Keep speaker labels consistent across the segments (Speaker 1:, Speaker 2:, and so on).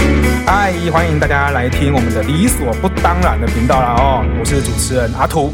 Speaker 1: 集，欢迎大家来听我们的理所不当然的频道啦哦，我是主持人阿图。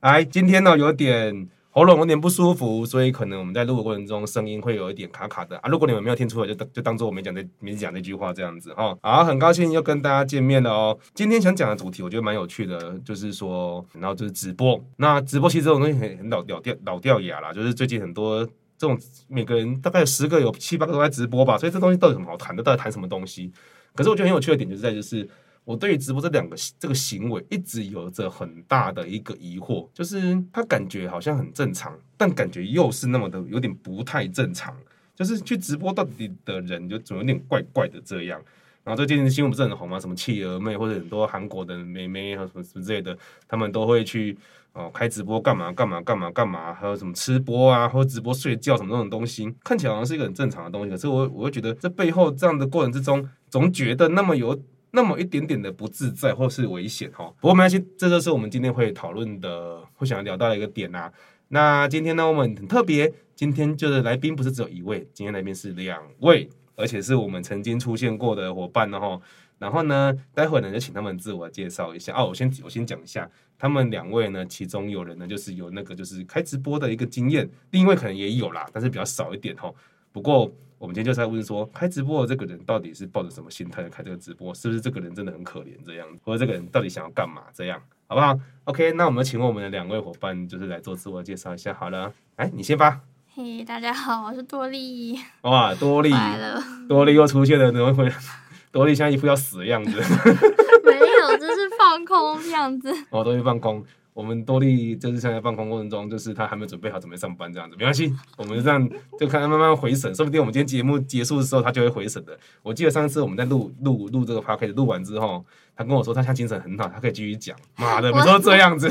Speaker 2: 哎，今天呢有点喉咙有点不舒服，所以可能我们在录的过程中声音会有一点卡卡的啊。如果你们没有听出来，就当就当做我没讲这没讲这句话这样子哈。好，很高兴又跟大家见面了哦。今天想讲的主题我觉得蛮有趣的，就是说，然后就是直播。那直播其实这种东西很很老老掉老掉牙啦，就是最近很多这种每个人大概有十个有七八个都在直播吧，所以这东西到底有什么好谈的？到底谈什么东西？可是我觉得很有趣的点就是在就是。我对于直播这两个这个行为一直有着很大的一个疑惑，就是他感觉好像很正常，但感觉又是那么的有点不太正常。就是去直播到底的人就总有点怪怪的这样。然后最近新闻不是很红吗？什么企鹅妹或者很多韩国的妹妹啊和什么什么之类的，他们都会去哦开直播干嘛干嘛干嘛干嘛，还有什么吃播啊，或者直播睡觉什么那种东西，看起来好像是一个很正常的东西。可是我我会觉得这背后这样的过程之中，总觉得那么有那么一点点的不自在或是危险哈。不过没关系，这就是我们今天会讨论的，会想要聊到的一个点啊。那今天呢，我们很特别，今天就是来宾不是只有一位，今天来宾是两位，而且是我们曾经出现过的伙伴哦。吼然后呢，待会呢就请他们自我介绍一下哦。我先我先讲一下，他们两位呢，其中有人呢就是有那个就是开直播的一个经验，另一位可能也有啦，但是比较少一点哦。不过我们今天就是在问说，开直播的这个人到底是抱着什么心态开这个直播？是不是这个人真的很可怜这样？或者这个人到底想要干嘛这样？好不好？OK，那我们请问我们的两位伙伴，就是来做自我介绍一下好了。哎，你先吧。
Speaker 3: 嘿大家好，我是多莉，
Speaker 2: 哇，多利，
Speaker 3: 来了，
Speaker 2: 多利又出现了，怎么会？ 多利像一副要死的样子。
Speaker 3: 没有，就是放空这样子。
Speaker 2: 哦，多利放空。我们多利就是现在放空过程中，就是他还没准备好准备上班这样子，没关系，我们就这样就看他慢慢回审，说不定我们今天节目结束的时候他就会回审的。我记得上次我们在录录录这个 p o d c a s t 录完之后，他跟我说他现在精神很好，他可以继续讲。妈的，你说这样子，
Speaker 3: 我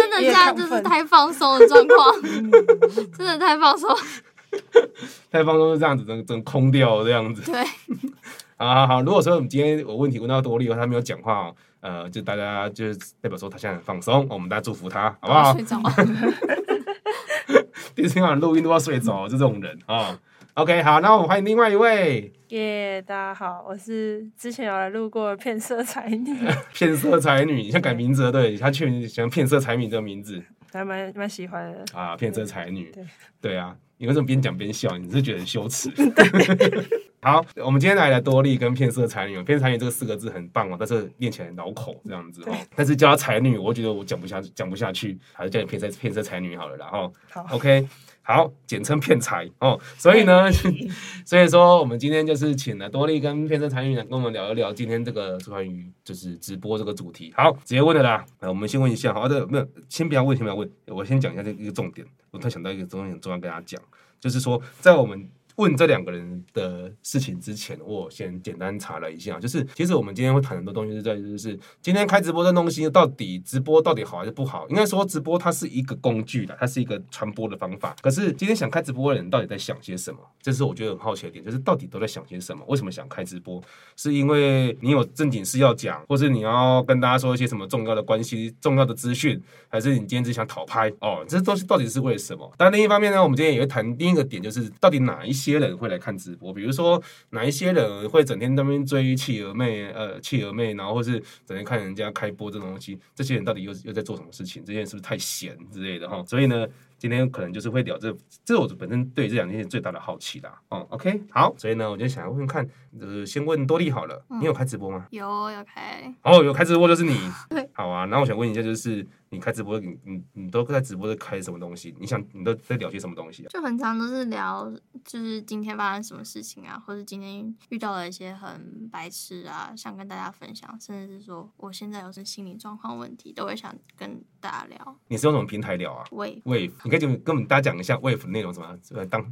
Speaker 3: 真的现
Speaker 4: 越
Speaker 3: 在
Speaker 4: 亢
Speaker 3: 就是
Speaker 4: 奋嗯
Speaker 3: 太放松的状况， 真的太放松。
Speaker 2: 太放松是这样子，整整空掉了这样子。
Speaker 3: 对，
Speaker 2: 好好好，如果说我们今天有问题问到多利，他没有讲话哦，呃，就大家就是代表说他现在很放松，我们大家祝福他，好不
Speaker 4: 啊
Speaker 2: 好？
Speaker 3: 睡着了。
Speaker 2: 第一次听到人录音都要睡着，就这种人啊、哦 OK，好，那我们欢迎另外一位
Speaker 4: 耶大家好，我是之前有来录过的骗色 才女，
Speaker 2: 骗色才女，你像改名字了对，她去喜欢骗色才女这个名字
Speaker 4: 还蛮蛮喜欢的。
Speaker 2: 啊，骗色才女，
Speaker 4: 对
Speaker 2: 对啊，你为什么边讲边笑？你是觉得很羞耻？ 好，我们今天来了多莉跟骗色才女，骗色才女这个四个字很棒哦，但是念起来很绕口这样子哦
Speaker 4: 对。
Speaker 2: 但是叫她才女，我觉得我讲不下讲不下去，还是叫你骗色骗色才女好了啦，哦然后
Speaker 4: 好，
Speaker 2: OK，好，简称骗财哦。所以呢， 所以说我们今天就是请了多利跟骗财参与来跟我们聊一聊今天这个关于就是直播这个主题。好，直接问了啦。呃来，我们先问一下，好的，没有，先不要问，先不要问，我先讲一下这一个重点。我突然想到一个东西很重要，跟大家讲，就是说在我们。问这两个人的事情之前，我先简单查了一下，就是其实我们今天会谈很多东西，是在于就是今天开直播这东西到底直播到底好还是不好？应该说直播它是一个工具的，它是一个传播的方法。可是今天想开直播的人到底在想些什么？这是我觉得很好奇的点，就是到底都在想些什么？为什么想开直播？是因为你有正经事要讲，或是你要跟大家说一些什么重要的关系、重要的资讯，还是你今天只想讨拍？哦，这东西到底是为什么？但另一方面呢，我们今天也会谈另一个点，就是到底哪一些人会来看直播？比如说哪一些人会整天在那边追企鹅妹，呃，企鹅妹，然后或是整天看人家开播这种东西，这些人到底又又在做什么事情？这些人是不是太闲之类的哈？所以呢，今天可能就是会聊这，这是我本身对这两件事最大的好奇啦。哦，OK，好，所以呢，我就想要问问看，呃，先问多利好了，你有开直播吗？
Speaker 3: 有有开，
Speaker 2: 哦，有开直播就是你，好啊。那我想问一下，就是你开直播，你你你都在直播在开什么东西？你想你都在聊些什么东西啊？
Speaker 3: 就很常都是聊，就是今天发生什么事情啊，或者今天遇到了一些很白痴啊，想跟大家分享，甚至是说我现在有什么心理状况问题，都会想跟大家聊。
Speaker 2: 你是用什么平台聊啊
Speaker 3: 喂，
Speaker 2: ？Wave，你可以跟跟我们大家讲一下 Wave 的内容什么啊？呃，当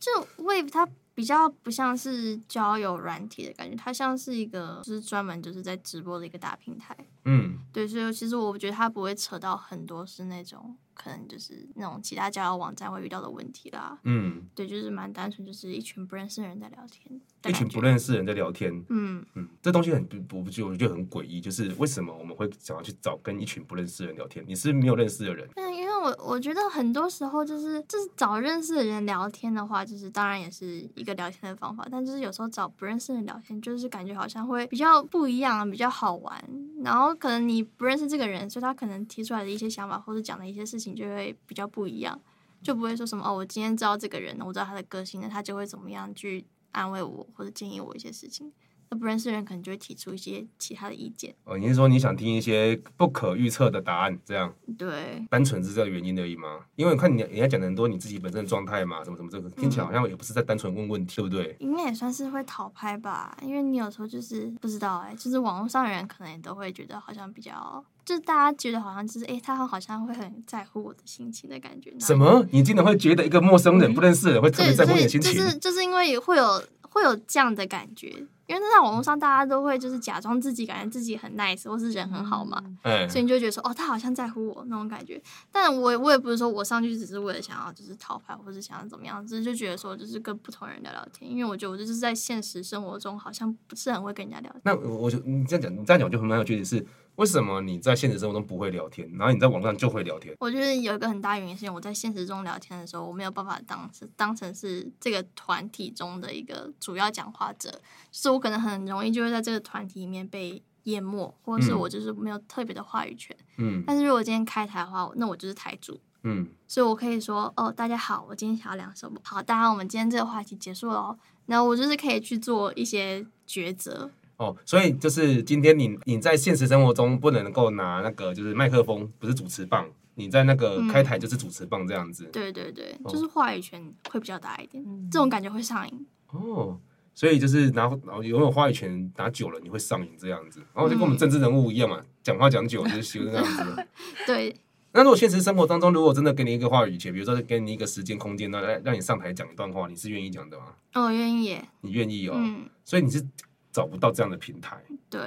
Speaker 3: 这 Wave 它比较不像是交友软体的感觉，它像是一个就是专门就是在直播的一个大平台。
Speaker 2: 嗯
Speaker 3: 对，所以其实我觉得它不会扯到很多是那种可能就是那种其他交友网站会遇到的问题啦。
Speaker 2: 嗯，
Speaker 3: 对，就是蛮单纯，就是一群不认识的人在聊天，
Speaker 2: 一群不，认识的人在聊天，
Speaker 3: 嗯，
Speaker 2: 嗯，这东西很我不觉得我觉得很诡异，就是为什么我们会想要去找跟一群不认识的人聊天？你是没有认识的人，
Speaker 3: 嗯，因为我我觉得很多时候就是就是找认识的人聊天的话，就是当然也是一个聊天的方法，但就是有时候找不认识的人聊天，就是感觉好像会比较不一样，比较好玩。然后可能你不认识这个人，所以他可能提出来的一些想法或者讲的一些事情就会比较不一样，就不会说什么哦，我今天知道这个人，我知道他的个性，那他就会怎么样去安慰我或者建议我一些事情。那不认识的人可能就会提出一些其他的意见，
Speaker 2: 哦，你是说你想听一些不可预测的答案，这样
Speaker 3: 对，
Speaker 2: 单纯是这个原因而已吗？因为我看你你还讲了很多你自己本身的状态嘛，什么什么这个，
Speaker 3: 嗯
Speaker 2: 听起来好像也不是在单纯问问题，对不对？
Speaker 3: 应该也算是会讨拍吧，因为你有时候就是不知道哎、就是网络上的人可能也都会觉得好像比较，就是大家觉得好像就是哎、他好像会很在乎我的心情的感觉。然后
Speaker 2: 什？么？你竟然会觉得一个陌生人、不认识的人会特别
Speaker 3: 嗯对，
Speaker 2: 在乎
Speaker 3: 所
Speaker 2: 你
Speaker 3: 以
Speaker 2: 的心
Speaker 3: 就
Speaker 2: 情？
Speaker 3: 是就是因为会有会有这样的感觉，因为在网络上大家都会就是假装自己感觉自己很 nice 或是人很好嘛，
Speaker 2: 哎、
Speaker 3: 所以你就会觉得说哦，他好像在乎我那种感觉。但我我也不是说我上去只是为了想要就是讨拍或者想要怎么样，只是就觉得说就是跟不同人聊聊天，因为我觉得我就是在现实生活中好像不是很会跟人家聊天。
Speaker 2: 那我我就你这样讲，你这样讲我就很蛮有趣的是，为什么你在现实生活中不会聊天，然后你在网络上就会聊天？
Speaker 3: 我觉得有一个很大原因是因为我在现实中聊天的时候，我没有办法当是当成是这个团体中的一个主要讲话者，就是我可能很容易就会在这个团体里面被淹没，或者是
Speaker 2: 嗯
Speaker 3: 我就是没有特别的话语权。
Speaker 2: 嗯
Speaker 3: 但是如果今天开台的话，那我就是台主，
Speaker 2: 嗯，
Speaker 3: 所以我可以说哦，大家好，我今天想要两首歌。好，大家，我们今天这个话题结束了哦。那我就是可以去做一些抉择，
Speaker 2: 哦，所以就是今天你你在现实生活中不能够拿那个就是麦克风，不是主持棒，你在那个
Speaker 3: 嗯
Speaker 2: 开台就是主持棒这样子。
Speaker 3: 对对对，
Speaker 2: 哦
Speaker 3: 就是话语权会比较大一点，
Speaker 4: 嗯
Speaker 3: 这种感觉会上瘾。
Speaker 2: 哦，所以就是拿然后拥有话语权拿久了，你会上瘾这样子。然后就跟我们
Speaker 3: 嗯
Speaker 2: 政治人物一样嘛，讲话讲久了就是喜欢这样子。
Speaker 3: 对，
Speaker 2: 那如果现实生活当中，如果真的给你一个话语权，比如说给你一个时间空间，那让让你上台讲一段话，你是愿意讲的吗？
Speaker 3: 我愿意耶，
Speaker 2: 你愿意哦，
Speaker 3: 嗯，
Speaker 2: 所以你是找不到这样的平台，
Speaker 3: 对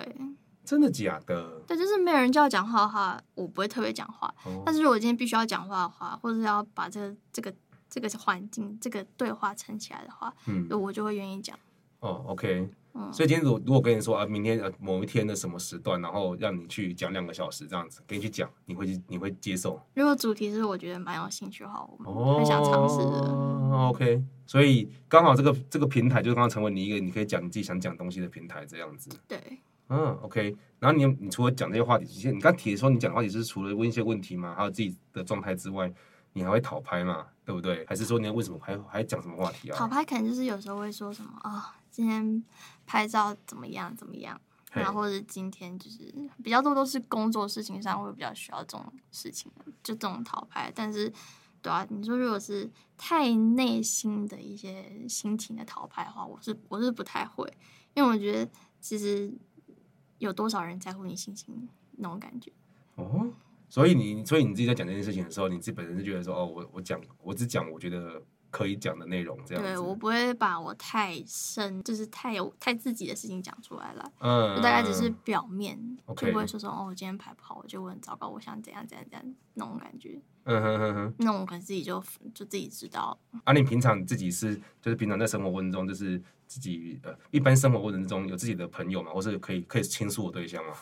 Speaker 2: 真的假的？
Speaker 3: 对，就是没有人叫我讲话的话，我不会特别讲话。
Speaker 2: 哦
Speaker 3: 但是如果今天必须要讲话的话，或者是要把这个这个这个环境这个对话撑起来的话，
Speaker 2: 嗯，
Speaker 3: 我就会愿意讲。
Speaker 2: 哦，OK，
Speaker 3: 嗯，
Speaker 2: 所以今天如果如果跟你说啊，明天呃某一天的什么时段，然后让你去讲两个小时这样子，给你去讲，你会去你会接受？
Speaker 3: 如果主题是我觉得蛮有兴趣的话，我
Speaker 2: 哦，
Speaker 3: 很想尝试的。
Speaker 2: OK，所以刚好这个这个平台就刚刚成为你一个你可以讲你自己想讲东西的平台这样子。
Speaker 3: 对。
Speaker 2: 嗯，OK。然后你你除了讲这些话题，其实你刚提说你讲的话题是除了问一些问题嘛，还有自己的状态之外，你还会讨拍嘛，对不对？还是说你要问什么还还讲什么话题啊？
Speaker 3: 讨拍可能就是有时候会说什么哦，今天拍照怎么样怎么样，
Speaker 2: 嘿
Speaker 3: 啊然后或者今天就是比较多都是工作事情上会比较需要这种事情，就这种讨拍。但是，对啊，你说如果是太内心的一些心情的讨拍的话，我是我是不太会，因为我觉得其实有多少人在乎你心情那种感觉，
Speaker 2: 哦，所以你所以你自己在讲这件事情的时候，你自己本身就觉得说，哦，我我讲我只讲我觉得可以讲的内容这样
Speaker 3: 对
Speaker 2: 子。
Speaker 3: 我不会把我太深，就是太有太自己的事情讲出来了。
Speaker 2: 嗯，
Speaker 3: 就大概只是表面，
Speaker 2: OK
Speaker 3: 就不会说什么哦，我今天排不好，我就我很糟糕，我想怎样怎样怎样那种感觉，
Speaker 2: 嗯哼哼哼。
Speaker 3: 那种我可能自己就就自己知道。
Speaker 2: 啊，你平常自己是就是平常在生活过程中，就是自己呃一般生活过程中有自己的朋友嘛，或是可以可以倾诉的对象吗？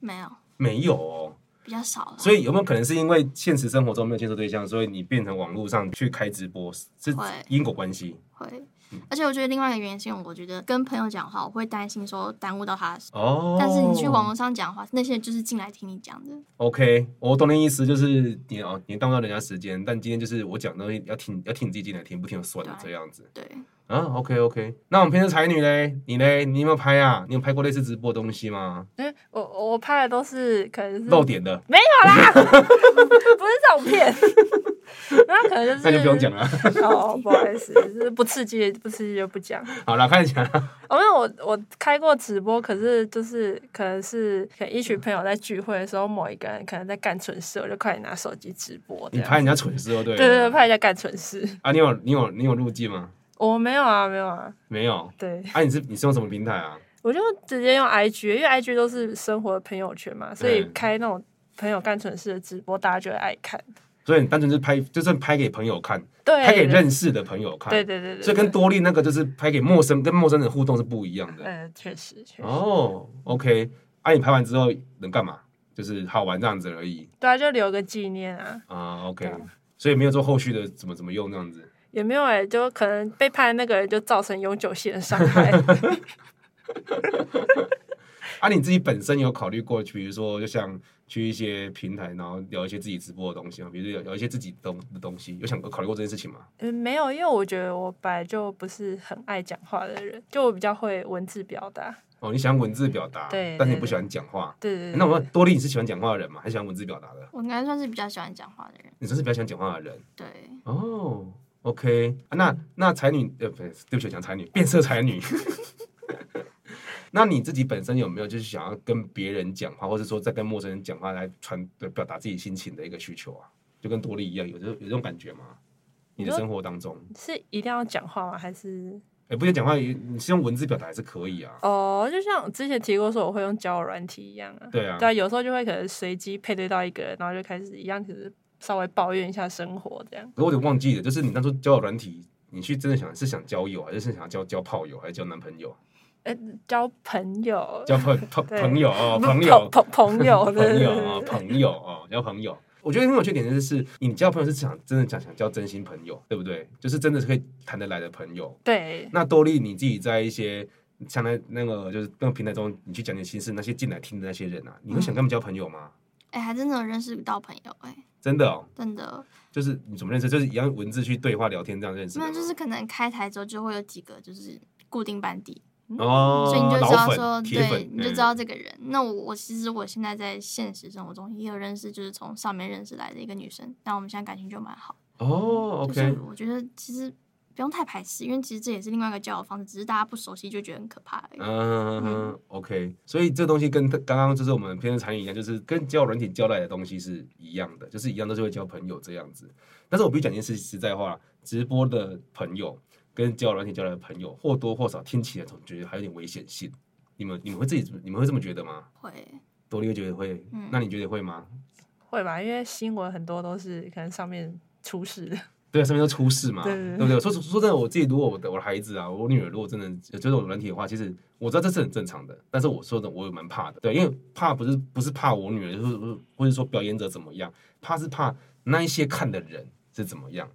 Speaker 3: 没有，
Speaker 2: 没有哦。
Speaker 3: 比较少了。
Speaker 2: 所以有没有可能是因为现实生活中没有接触对象，所以你变成网络上去开直播，是
Speaker 3: 会
Speaker 2: 因果关系？
Speaker 3: 会，而且我觉得另外一个原因是因为我觉得跟朋友讲话，我会担心说耽误到他的事。
Speaker 2: 哦，
Speaker 3: 但是你去网络上讲话，那些人就是进来听你讲的，
Speaker 2: OK，我懂你意思，就是你哦，你耽误到人家时间，但今天就是我讲的东西要听，要听你自己进来听，不听就算了这
Speaker 3: 对
Speaker 2: 样子
Speaker 3: 对，
Speaker 2: 啊。OK OK，那我们偏是才女嘞，你嘞，你有没有拍啊？你有拍过类似直播的东西
Speaker 3: 嗯
Speaker 2: 吗？
Speaker 4: 因为我我我拍的都是可能是
Speaker 2: 露点的，
Speaker 4: 没有啦，不是照 片，那可能就是
Speaker 2: 那就不用讲了。
Speaker 4: 哦，不好意思，就是不刺激不刺激就不讲。
Speaker 2: 好了，啊看一下。
Speaker 4: 哦，因为我我开过直播，可是就是可能是可能一群朋友在聚会的时候，某一个人可能在干蠢事，我就快点拿手机直播这
Speaker 2: 你
Speaker 4: 样。
Speaker 2: 拍人家蠢事哦，对
Speaker 4: 对
Speaker 2: 了
Speaker 4: 对对，拍人家干蠢事。
Speaker 2: 啊，你有你有你有入镜吗？
Speaker 4: 我没有啊，没有啊。
Speaker 2: 没有
Speaker 4: 对，
Speaker 2: 啊，你是你是用什么平台啊？
Speaker 4: 我就直接用 IG，因为 IG 都是生活的朋友圈嘛，所以
Speaker 2: 嗯
Speaker 4: 开那种朋友干蠢事的直播，大家就会爱看。
Speaker 2: 所以你单纯就是拍，就是拍给朋友看，
Speaker 4: 对，
Speaker 2: 拍给认识的朋友看。
Speaker 4: 对对对对，
Speaker 2: 所以跟
Speaker 4: 对
Speaker 2: 多利那个就是拍给陌生跟陌生人互动是不一样的。
Speaker 4: 嗯，确实确实，
Speaker 2: 哦，OK，啊，你拍完之后能干嘛？就是好玩这样子而已
Speaker 4: 对啊，就留个纪念啊，
Speaker 2: 啊，OK，
Speaker 4: 对啊
Speaker 2: 所以没有做后续的怎么怎么用这样子。
Speaker 4: 也没有哎、就可能被拍的那个人就造成永久性的伤 害。
Speaker 2: 啊，你自己本身有考虑过，比如说就像去一些平台，然后聊一些自己直播的东西吗？比如说聊聊一些自己的东的东西，有想过考虑过这件事情吗？
Speaker 4: 嗯，没有，因为我觉得我本来就不是很爱讲话的人，就我比较会文字表达。
Speaker 2: 哦，你喜欢文字表达，
Speaker 4: 对
Speaker 2: 但是
Speaker 4: 对
Speaker 2: 你不喜欢讲话。
Speaker 4: 对对对，
Speaker 2: 那我们多利，你是喜欢讲话的人吗？还是喜欢文字表达的？
Speaker 3: 我应该算是比较喜欢讲话的人，
Speaker 2: 你真是比较喜欢讲话的人
Speaker 3: 对，
Speaker 2: 哦。OK，、啊那那才女呃，不是，对不起，我讲才女，变色才女。 那你自己本身有没有就是想要跟别人讲话，或者说在跟陌生人讲话来传呃表达自己心情的一个需求啊？就跟多利一样，有这有这种感觉吗？你的
Speaker 4: 有
Speaker 2: 生活当中，
Speaker 4: 是一定要讲话吗？还是
Speaker 2: 哎、不是讲话，也你是用文字表达还是可以啊？
Speaker 4: 哦，就像之前提过说我会用交友软体一样啊。
Speaker 2: 对啊
Speaker 4: 对，啊，有时候就会可能随机配对到一个人，然后就开始一样，可是稍微抱怨一下生活这样。
Speaker 2: 可我有点忘记了，就是你当初交友软体，你去真的想是想交友，还是想要交交炮友，还是交男朋友？
Speaker 4: 呃，交朋友，
Speaker 2: 交朋 朋
Speaker 4: 对
Speaker 2: 朋友哦，
Speaker 4: 不
Speaker 2: 朋友
Speaker 4: 朋朋朋友，对
Speaker 2: 朋
Speaker 4: 对
Speaker 2: 友
Speaker 4: 对
Speaker 2: 啊，
Speaker 4: 对
Speaker 2: 朋友啊，交朋友。我觉得很有缺点就是，你交朋友是想真的想想交真心朋友，对不对？就是真的是可以谈得来的朋友。
Speaker 4: 对，
Speaker 2: 那多利你自己在一些像那那个就是那个平台中，你去讲点心事，那些进来听的那些人啊，你会想跟他们交朋友吗？
Speaker 3: 哎、还真的有认识到朋友、哎，
Speaker 2: 真的哦，
Speaker 3: 真的，
Speaker 2: 就是你怎么认识？就是一样文字去对话聊天这样认识
Speaker 3: 没
Speaker 2: 的
Speaker 3: 有，
Speaker 2: 吗？
Speaker 3: 就是可能开台之后就会有几个就是固定班底，
Speaker 2: 哦，
Speaker 3: 所以你就知
Speaker 2: 老
Speaker 3: 道
Speaker 2: 粉
Speaker 3: 说，
Speaker 2: 铁
Speaker 3: 对
Speaker 2: 粉，，
Speaker 3: 你
Speaker 2: 嗯
Speaker 3: 就知道这个人。那我我其实我现在在现实生活中也有认识，就是从上面认识来的一个女生，那我们现在感情就蛮好。
Speaker 2: 哦
Speaker 3: 就是
Speaker 2: ，OK，
Speaker 3: 我觉得其实不用太排斥，因为其实这也是另外一个交友方式，只是大家不熟悉就觉得很可怕而已。
Speaker 2: 嗯，OK，所以这东西跟刚刚就是我们偏产品一样，就是跟交友软体交来的东西是一样的，就是一样都是会交朋友这样子。但是我必须讲一件事，实在话，直播的朋友跟交友软体交来的朋友或多或少听起来总觉得还有点危险性。你们你们会自己你们会这么觉得吗？
Speaker 3: 会，
Speaker 2: 多利会觉得会，
Speaker 3: 嗯
Speaker 2: 那你觉得会吗？
Speaker 4: 会吧？因为新闻很多都是可能上面出事的，
Speaker 2: 对啊，上面都出事嘛，
Speaker 4: 对
Speaker 2: 对不对？说说真的，我自己如果我的我的孩子啊，我女儿如果真的就是我软体的话，其实我知道这是很正常的，但是我说的我也蛮怕的，对，因为怕不是不是怕我女儿，就是或者说表演者怎么样，怕是怕那一些看的人是怎么样。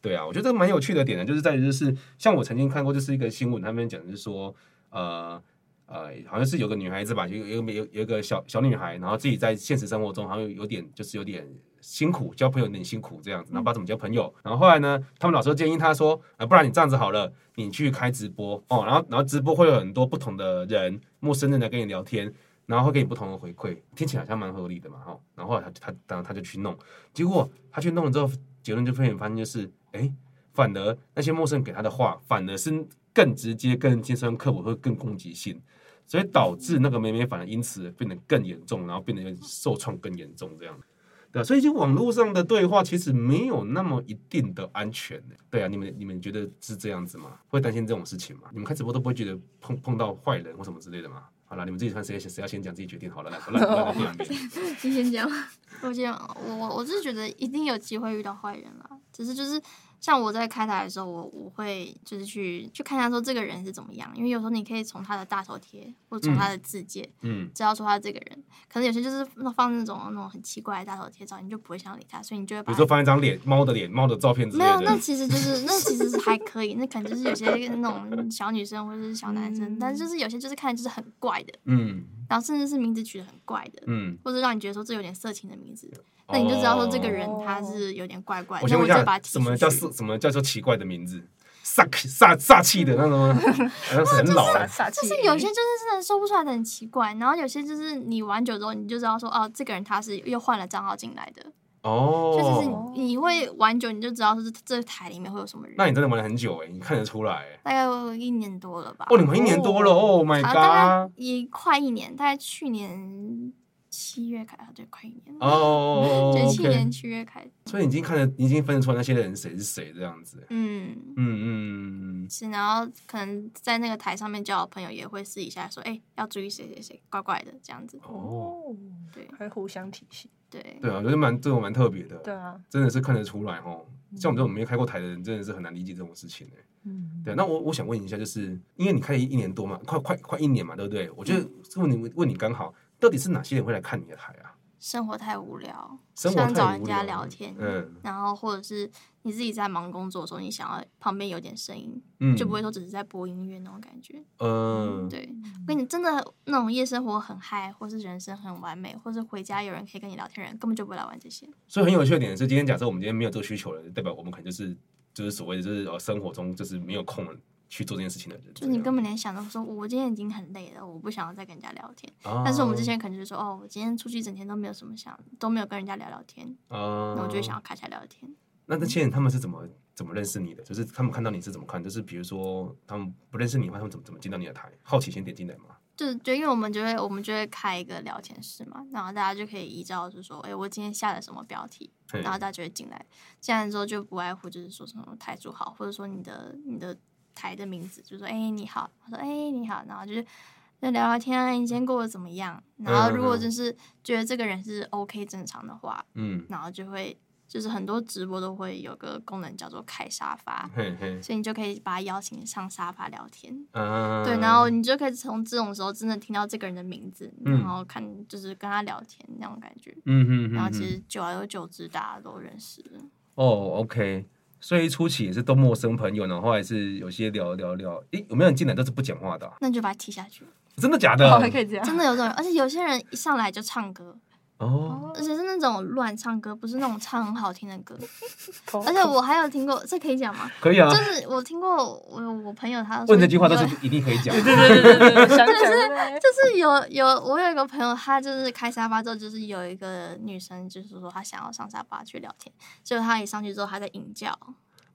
Speaker 2: 对啊，我觉得这蛮有趣的点呢，就是在于就是像我曾经看过，就是一个新闻，他们讲就是说，呃呃，好像是有个女孩子吧，有有有有一个小小女孩，然后自己在现实生活中好像有有点就是有点辛苦，交朋友有点辛苦这样子，然后不知道怎么交朋友，然后后来呢，他们老师就建议她说，呃，不然你这样子好了，你去开直播哦，然后然后直播会有很多不同的人，陌生人来跟你聊天。然后会给你不同的回馈，听起来好像蛮合理的嘛，哈、然后后来他他当然他就去弄，结果他去弄了之后，结论就发现发现就是，哎，反而那些陌生人给他的话，反而是更直接、更尖酸刻薄，会更攻击性，所以导致那个妹妹反而因此变得更严重，然后变得受创更严重这样。对啊、所以就网络上的对话其实没有那么一定的安全。对啊，你们你们觉得是这样子吗？会担心这种事情吗？你们开直播都不会觉得碰碰到坏人或什么之类的吗？好了，你们自己看谁谁要先讲，自己决定好了，来 来来来，两边。
Speaker 3: 你先讲。 我先，我我我是觉得一定有机会遇到坏人啦，只是就是像我在开台的时候，我我会就是去去看一下说这个人是怎么样，因为有时候你可以从他的大头贴或者从他的字界、
Speaker 2: 嗯，
Speaker 3: 知道说他这个人，可能有些就是放那种那种很奇怪的大头贴照，你就不会想理他，所以你就会
Speaker 2: 比
Speaker 3: 把
Speaker 2: 如
Speaker 3: 他
Speaker 2: 说放一张脸猫的脸猫的照片之类
Speaker 3: 没有，
Speaker 2: 的
Speaker 3: 那。其实就是那其实是还可以，那可能就是有些那种小女生或者是小男生，但是就是有些就是看着就是很怪的，
Speaker 2: 嗯
Speaker 3: 然后甚至是名字取得很怪的，
Speaker 2: 嗯，哦
Speaker 3: 或者让你觉得说这有点色情的名字，那你就知道说这个人
Speaker 4: 哦
Speaker 3: 他是有点怪怪，
Speaker 2: 我
Speaker 3: 那
Speaker 2: 先问一
Speaker 3: 我就会把
Speaker 2: 下
Speaker 3: 他，踢
Speaker 2: 什么
Speaker 3: 出
Speaker 2: 叫
Speaker 3: 去
Speaker 2: 是什么叫做奇怪的名字？煞煞煞气的那 种吗，好像是很老
Speaker 4: 傻
Speaker 2: 了。
Speaker 4: 傻气。
Speaker 3: 就是有些就是真的说不出来的很奇怪，然后有些就是你玩久之后你就知道说哦，这个人他是又换了账号进来的，所以就是
Speaker 2: 哦，
Speaker 3: 你你会玩久你就知道说这这台里面会有什么人，
Speaker 2: 那你真的玩了很久哎，你看得出来欸。
Speaker 3: 大概有一年多了吧。
Speaker 2: 哦，你玩一年多了，Oh my
Speaker 3: 好，大
Speaker 2: god！
Speaker 3: 概也快一年，大概去年七月开，啊对，快一年了，
Speaker 2: 哦
Speaker 3: 就去
Speaker 2: ，OK，
Speaker 3: 年七月开，
Speaker 2: 所以你已经看得，你已经分得出来那些人谁是谁这样子。
Speaker 3: 嗯，
Speaker 2: 嗯嗯，
Speaker 3: 是，然后可能在那个台上面交的朋友也会私底下说，哎、要注意谁谁谁，怪怪的这样子，
Speaker 2: 哦，
Speaker 3: 对，
Speaker 4: 还互相提醒。
Speaker 3: 对，
Speaker 2: 对啊，我觉得蛮这种蛮特别的，
Speaker 4: 对啊，
Speaker 2: 真的是看得出来哦。像我们这种没开过台的人，真的是很难理解这种事情哎、
Speaker 4: 嗯，
Speaker 2: 对，那我我想问一下，就是因为你开了一年多嘛，快快快一年嘛，对不对？我觉得这问你问你刚好，到底是哪些人会来看你的台啊？
Speaker 3: 生活太无聊，
Speaker 2: 生活
Speaker 3: 想找
Speaker 2: 太
Speaker 3: 人
Speaker 2: 无
Speaker 3: 家
Speaker 2: 聊了
Speaker 3: 聊天，
Speaker 2: 嗯
Speaker 3: 然后或者是你自己在忙工作的时候，你想要旁边有点声音，
Speaker 2: 嗯，
Speaker 3: 就不会说只是在播音乐那种感觉。
Speaker 2: 嗯，
Speaker 3: 对，我跟你真的那种夜生活很嗨，或是人生很完美，或是回家有人可以跟你聊天，人根本就不会来玩这些。
Speaker 2: 所以很有趣的点是，今天假设我们今天没有这个需求了，代表我们可能就是就是所谓的就是呃生活中就是没有空去做这件事情的人，
Speaker 3: 就是你根
Speaker 2: 本。
Speaker 3: 本连想都不说，我今天已经很累了，我不想要再跟人家聊天。
Speaker 2: 啊
Speaker 3: 但是我们之前可能就是说，哦，我今天出去一整天都没有什么想，都没有跟人家聊聊天，
Speaker 2: 啊，
Speaker 3: 那我就会想要卡起来聊天。
Speaker 2: 那那些人他们是怎么怎么认识你的？就是他们看到你是怎么看？就是比如说他们不认识你的话，他们怎么怎么进到你的台？好奇先点进来嘛。
Speaker 3: 就是就因为我们就会我们就会开一个聊天室嘛，然后大家就可以依照就是说，哎、我今天下了什么标题，
Speaker 2: 嘿
Speaker 3: 然后大家就会进来。进来之后就不外乎就是说什么台主好，或者说你的你的台的名字，就说哎、你好，他说哎、你好，然后就是就聊聊天，哎你今天过得怎么样？然后如果
Speaker 2: 嗯嗯
Speaker 3: 就是觉得这个人是 OK 正常的话，
Speaker 2: 嗯，
Speaker 3: 然后就会就是很多直播都会有个功能叫做开沙发，
Speaker 2: 嘿嘿，
Speaker 3: 所以你就可以把他邀请上沙发聊天。
Speaker 2: 啊，
Speaker 3: 对，然后你就可以从这种时候真的听到这个人的名字，
Speaker 2: 嗯
Speaker 3: 然后看就是跟他聊天那种感觉，
Speaker 2: 嗯哼嗯哼，
Speaker 3: 然后其实久而久之大家都认识了。
Speaker 2: 哦，OK，所以初期也是都陌生朋友，然后还是有些聊聊聊，诶，有没有人进来都是不讲话的啊、
Speaker 3: 那你就把他踢下去，
Speaker 2: 真的假的？
Speaker 4: 哦，还可以这样，
Speaker 3: 真的有这种人，而且有些人一上来就唱歌，
Speaker 2: 哦，
Speaker 3: 而且是那种乱唱歌，不是那种唱很好听的歌。
Speaker 4: 口
Speaker 3: 而且我还有听过，这可以讲吗？
Speaker 2: 可以啊
Speaker 3: 就。是我听过我我朋友他说
Speaker 2: 问这句话都是
Speaker 3: 有
Speaker 2: 一定可以讲的，
Speaker 4: 对 对对对对，想起来 了，
Speaker 3: 就是有有我有一个朋友，他就是开沙发之后，就是有一个女生，就是说她想要上沙发去聊天，结果她一上去之后，她在引教，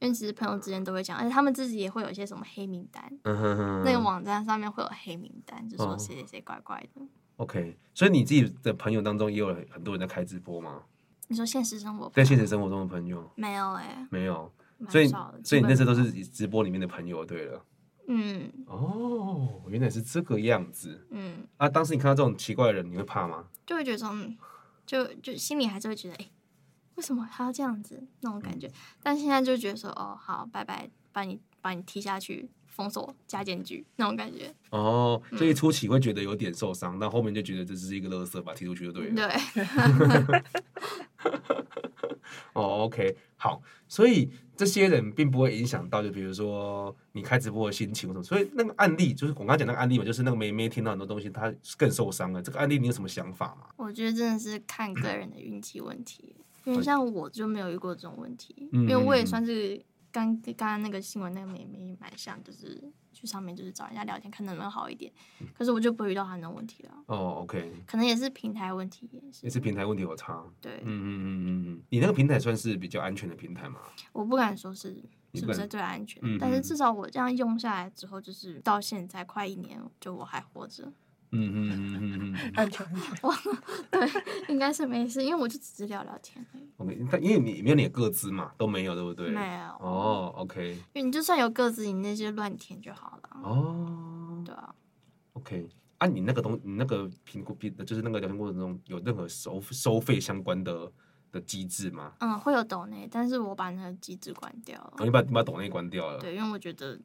Speaker 3: 因为其实朋友之间都会讲，而且他们自己也会有一些什么黑名单，
Speaker 2: 嗯哼哼，
Speaker 3: 那个网站上面会有黑名单，就
Speaker 2: 哦
Speaker 3: 说谁谁谁怪怪的。
Speaker 2: OK，所以你自己的朋友当中也有很多人在开直播吗？
Speaker 3: 你说现实生活
Speaker 2: 在现实生活中的朋友
Speaker 3: 没有哎、
Speaker 2: 没有，
Speaker 3: 蛮
Speaker 2: 所以
Speaker 3: 少的
Speaker 2: 所以你那时候都
Speaker 3: 基
Speaker 2: 是以直播里面的朋友，对了。
Speaker 3: 本嗯
Speaker 2: 哦，原来是这个样子
Speaker 3: 嗯，
Speaker 2: 啊！当时你看到这种奇怪的人，你会怕吗？
Speaker 3: 就会觉得说，嗯就就心里还是会觉得，哎、为什么还要这样子那种感觉？
Speaker 2: 嗯
Speaker 3: 但现在就觉得说，哦，好，拜拜，把你把你踢下去，封锁加检举那种感觉，
Speaker 2: 哦，所
Speaker 3: 嗯
Speaker 2: 以初期会觉得有点受伤，但后面就觉得这是一个垃圾，把它踢出去就对啊了。
Speaker 3: 对，
Speaker 2: 哦，OK，好，所以这些人并不会影响到，就比如说你开直播的心情或什么。所以那个案例就是我刚刚讲那个案例嘛，就是那个妹妹听到很多东西，她更受伤了。这个案例你有什么想法吗？
Speaker 3: 我觉得真的是看个人的运气问题，因为像我就没有遇过这种问题，
Speaker 2: 嗯
Speaker 3: 因为我也算是刚跟刚刚那个新闻那个妹妹蛮像，就是去上面就是找人家聊天，看能不能好一点，
Speaker 2: 嗯
Speaker 3: 可是我就不会遇到她那种问题了，
Speaker 2: 哦，OK，
Speaker 3: 可能也是平台问题，也是
Speaker 2: 也是平台问题有差。
Speaker 3: 对
Speaker 2: 嗯，嗯嗯嗯嗯，你那个平台算是比较安全的平台 吗？
Speaker 3: 我不敢说是
Speaker 2: 你
Speaker 3: 是
Speaker 2: 不
Speaker 3: 不
Speaker 2: 敢
Speaker 3: 是最安全
Speaker 2: 嗯嗯
Speaker 3: 的，但是至少我这样用下来之后，就是到现在快一年，就我还活着，
Speaker 2: 嗯嗯嗯嗯嗯。
Speaker 4: 安全安全，
Speaker 3: 应该是没事，因为我就只是聊聊天而已，
Speaker 2: OK，但因为你没有你的个资嘛，都没有，对不对？
Speaker 3: 没有
Speaker 2: 哦，OK，
Speaker 3: 因为你就算有个子，你那些乱填就好了，
Speaker 2: 哦
Speaker 3: 对啊，
Speaker 2: ，OK。啊，你那个东，你那个评估，就是那个聊天过程中有任何收收费相关的的机制吗？
Speaker 3: 嗯，会有抖内，但是我把那个机制关掉
Speaker 2: 哦，
Speaker 3: 了，
Speaker 2: 你把你把抖内关掉了。
Speaker 3: 对，因为我觉得。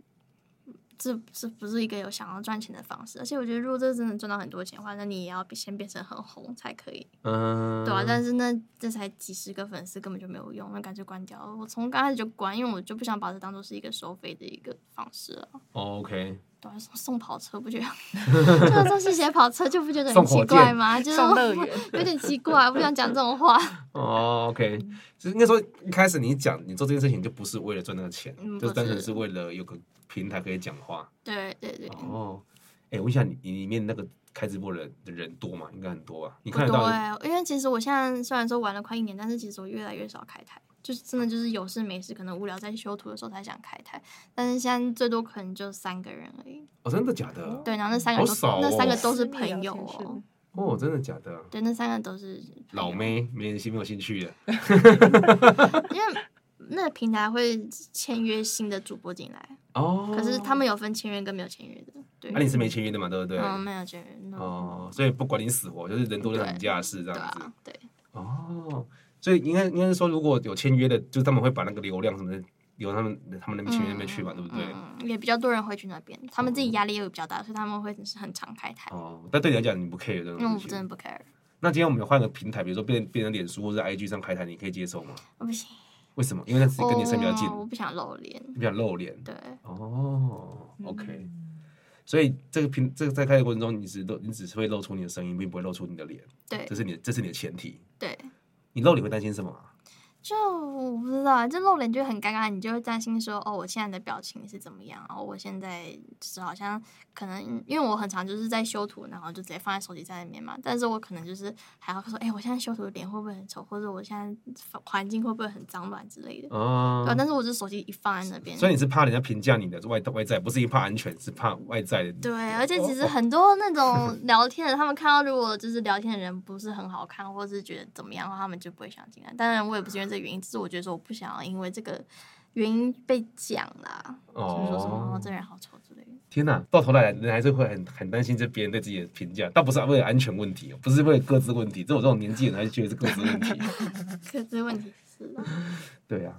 Speaker 3: 这这不是一个有想要赚钱的方式，而且我觉得如果这真的赚到很多钱的话，那你也要先变成很红才可以。
Speaker 2: 嗯，
Speaker 3: 对啊，但是那这才几十个粉丝，根本就没有用，那干脆关掉了。我从刚开始就关，因为我就不想把这当做是一个收费的一个方式了。
Speaker 2: 哦，OK，
Speaker 3: 对啊，送送跑车不觉得， 这个送信写跑车就不觉得
Speaker 2: 送
Speaker 3: 很
Speaker 2: 火
Speaker 3: 奇
Speaker 2: 箭
Speaker 3: 怪吗？就是
Speaker 4: 上
Speaker 3: 我
Speaker 4: 乐 园，
Speaker 3: 有点奇怪，不想讲这种话。
Speaker 2: 哦，OK，就是应该说一开始你讲你做这件事情就不是为了赚那个钱，
Speaker 3: 嗯
Speaker 2: 就是
Speaker 3: 不
Speaker 2: 单纯
Speaker 3: 是
Speaker 2: 是为了有个平台可以讲话。哦
Speaker 3: 对对对，
Speaker 2: 哦，哎、我想你你里面那个开直播的人的人多嘛？应该很多吧？你
Speaker 3: 不
Speaker 2: 看得
Speaker 3: 多
Speaker 2: 到
Speaker 3: 哎、因为其实我现在虽然说玩了快一年，但是其实我越来越少开台，就是真的就是有事没事，可能无聊在修图的时候才想开台，但是现在最多可能就三个人而已。
Speaker 2: 哦，真的假的？
Speaker 3: 对，然后那三个
Speaker 2: 好
Speaker 3: 都、
Speaker 2: 少
Speaker 3: 那三
Speaker 2: 哦
Speaker 3: 个都是
Speaker 4: 私密聊
Speaker 3: 朋友
Speaker 4: 天室
Speaker 3: 哦，
Speaker 2: 哦，真的假的？
Speaker 3: 对，那三个都是朋
Speaker 2: 老
Speaker 3: 友，
Speaker 2: 妹没人心没有兴趣的，
Speaker 3: 因为那个平台会签约新的主播进来，
Speaker 2: 哦，
Speaker 3: 可是他们有分签约跟没有签约的，对，
Speaker 2: 啊，你是没签约的嘛，对不对？
Speaker 3: 嗯，没有签约，no，
Speaker 2: 哦，所以不管你死活，就是人多就是你家的事这
Speaker 3: 对
Speaker 2: 样子
Speaker 3: 啊。，对，
Speaker 2: 哦，所以应该应该是说，如果有签约的，就是他们会把那个流量什么的留他们他们那边签约那边去嘛，对不对？
Speaker 3: 嗯，嗯也比较多人会去那边，他们自己压力也会比较大，所以他们会是很常开台。
Speaker 2: 哦，但对你来讲，你不 care 这种
Speaker 3: 因为
Speaker 2: 东
Speaker 3: 我嗯真的
Speaker 2: 西。
Speaker 3: 不 care，
Speaker 2: 那今天我们有换个平台，比如说变变成脸书或者 IG 上开台，你可以接受吗？
Speaker 3: 我不行，
Speaker 2: 为什么？因为那是跟你身比较近
Speaker 3: 哦，我不想露脸。
Speaker 2: 你比较露脸。
Speaker 3: 对，
Speaker 2: 哦，OK。所
Speaker 3: 嗯
Speaker 2: 以这个平这个在开的过程中，你只露你只是会露出你的声音，并不会露出你的脸，
Speaker 3: 对
Speaker 2: 这，是你的这是你的前提。
Speaker 3: 对，
Speaker 2: 你露脸会担心什么啊？
Speaker 3: 就我不知道啊，就露脸就很尴尬，你就会担心说，哦，我现在的表情是怎么样？然后我现在就是好像可能，因为我很常就是在修图，然后就直接放在手机在里面嘛。但是我可能就是还要说，哎、我现在修图的脸会不会很丑，或者我现在环境会不会很脏乱之类的。对啊、
Speaker 2: 哦，
Speaker 3: 但是我这手机一放在那边，
Speaker 2: 所以你是怕人家评价你的外外在，不是因为怕安全，是怕外在的。
Speaker 3: 对，而且其实很多那种聊天的，他们看到如果就是聊天的人不是很好看，或是觉得怎么样的话，他们就不会想进来。当然，我也不是因为这个原因，只是我觉得说我不想要因为这个原因被讲啦，就是说什么
Speaker 2: 哦
Speaker 3: 哦，这人好丑之类的。
Speaker 2: 天哪，到头来人还是会很很担心这别人对自己的评价，倒不是为了安全问题，不是为了各自 问题，这种这种年纪的人还是觉得是各自问题。
Speaker 3: 可是问题是啊，
Speaker 2: 对啊。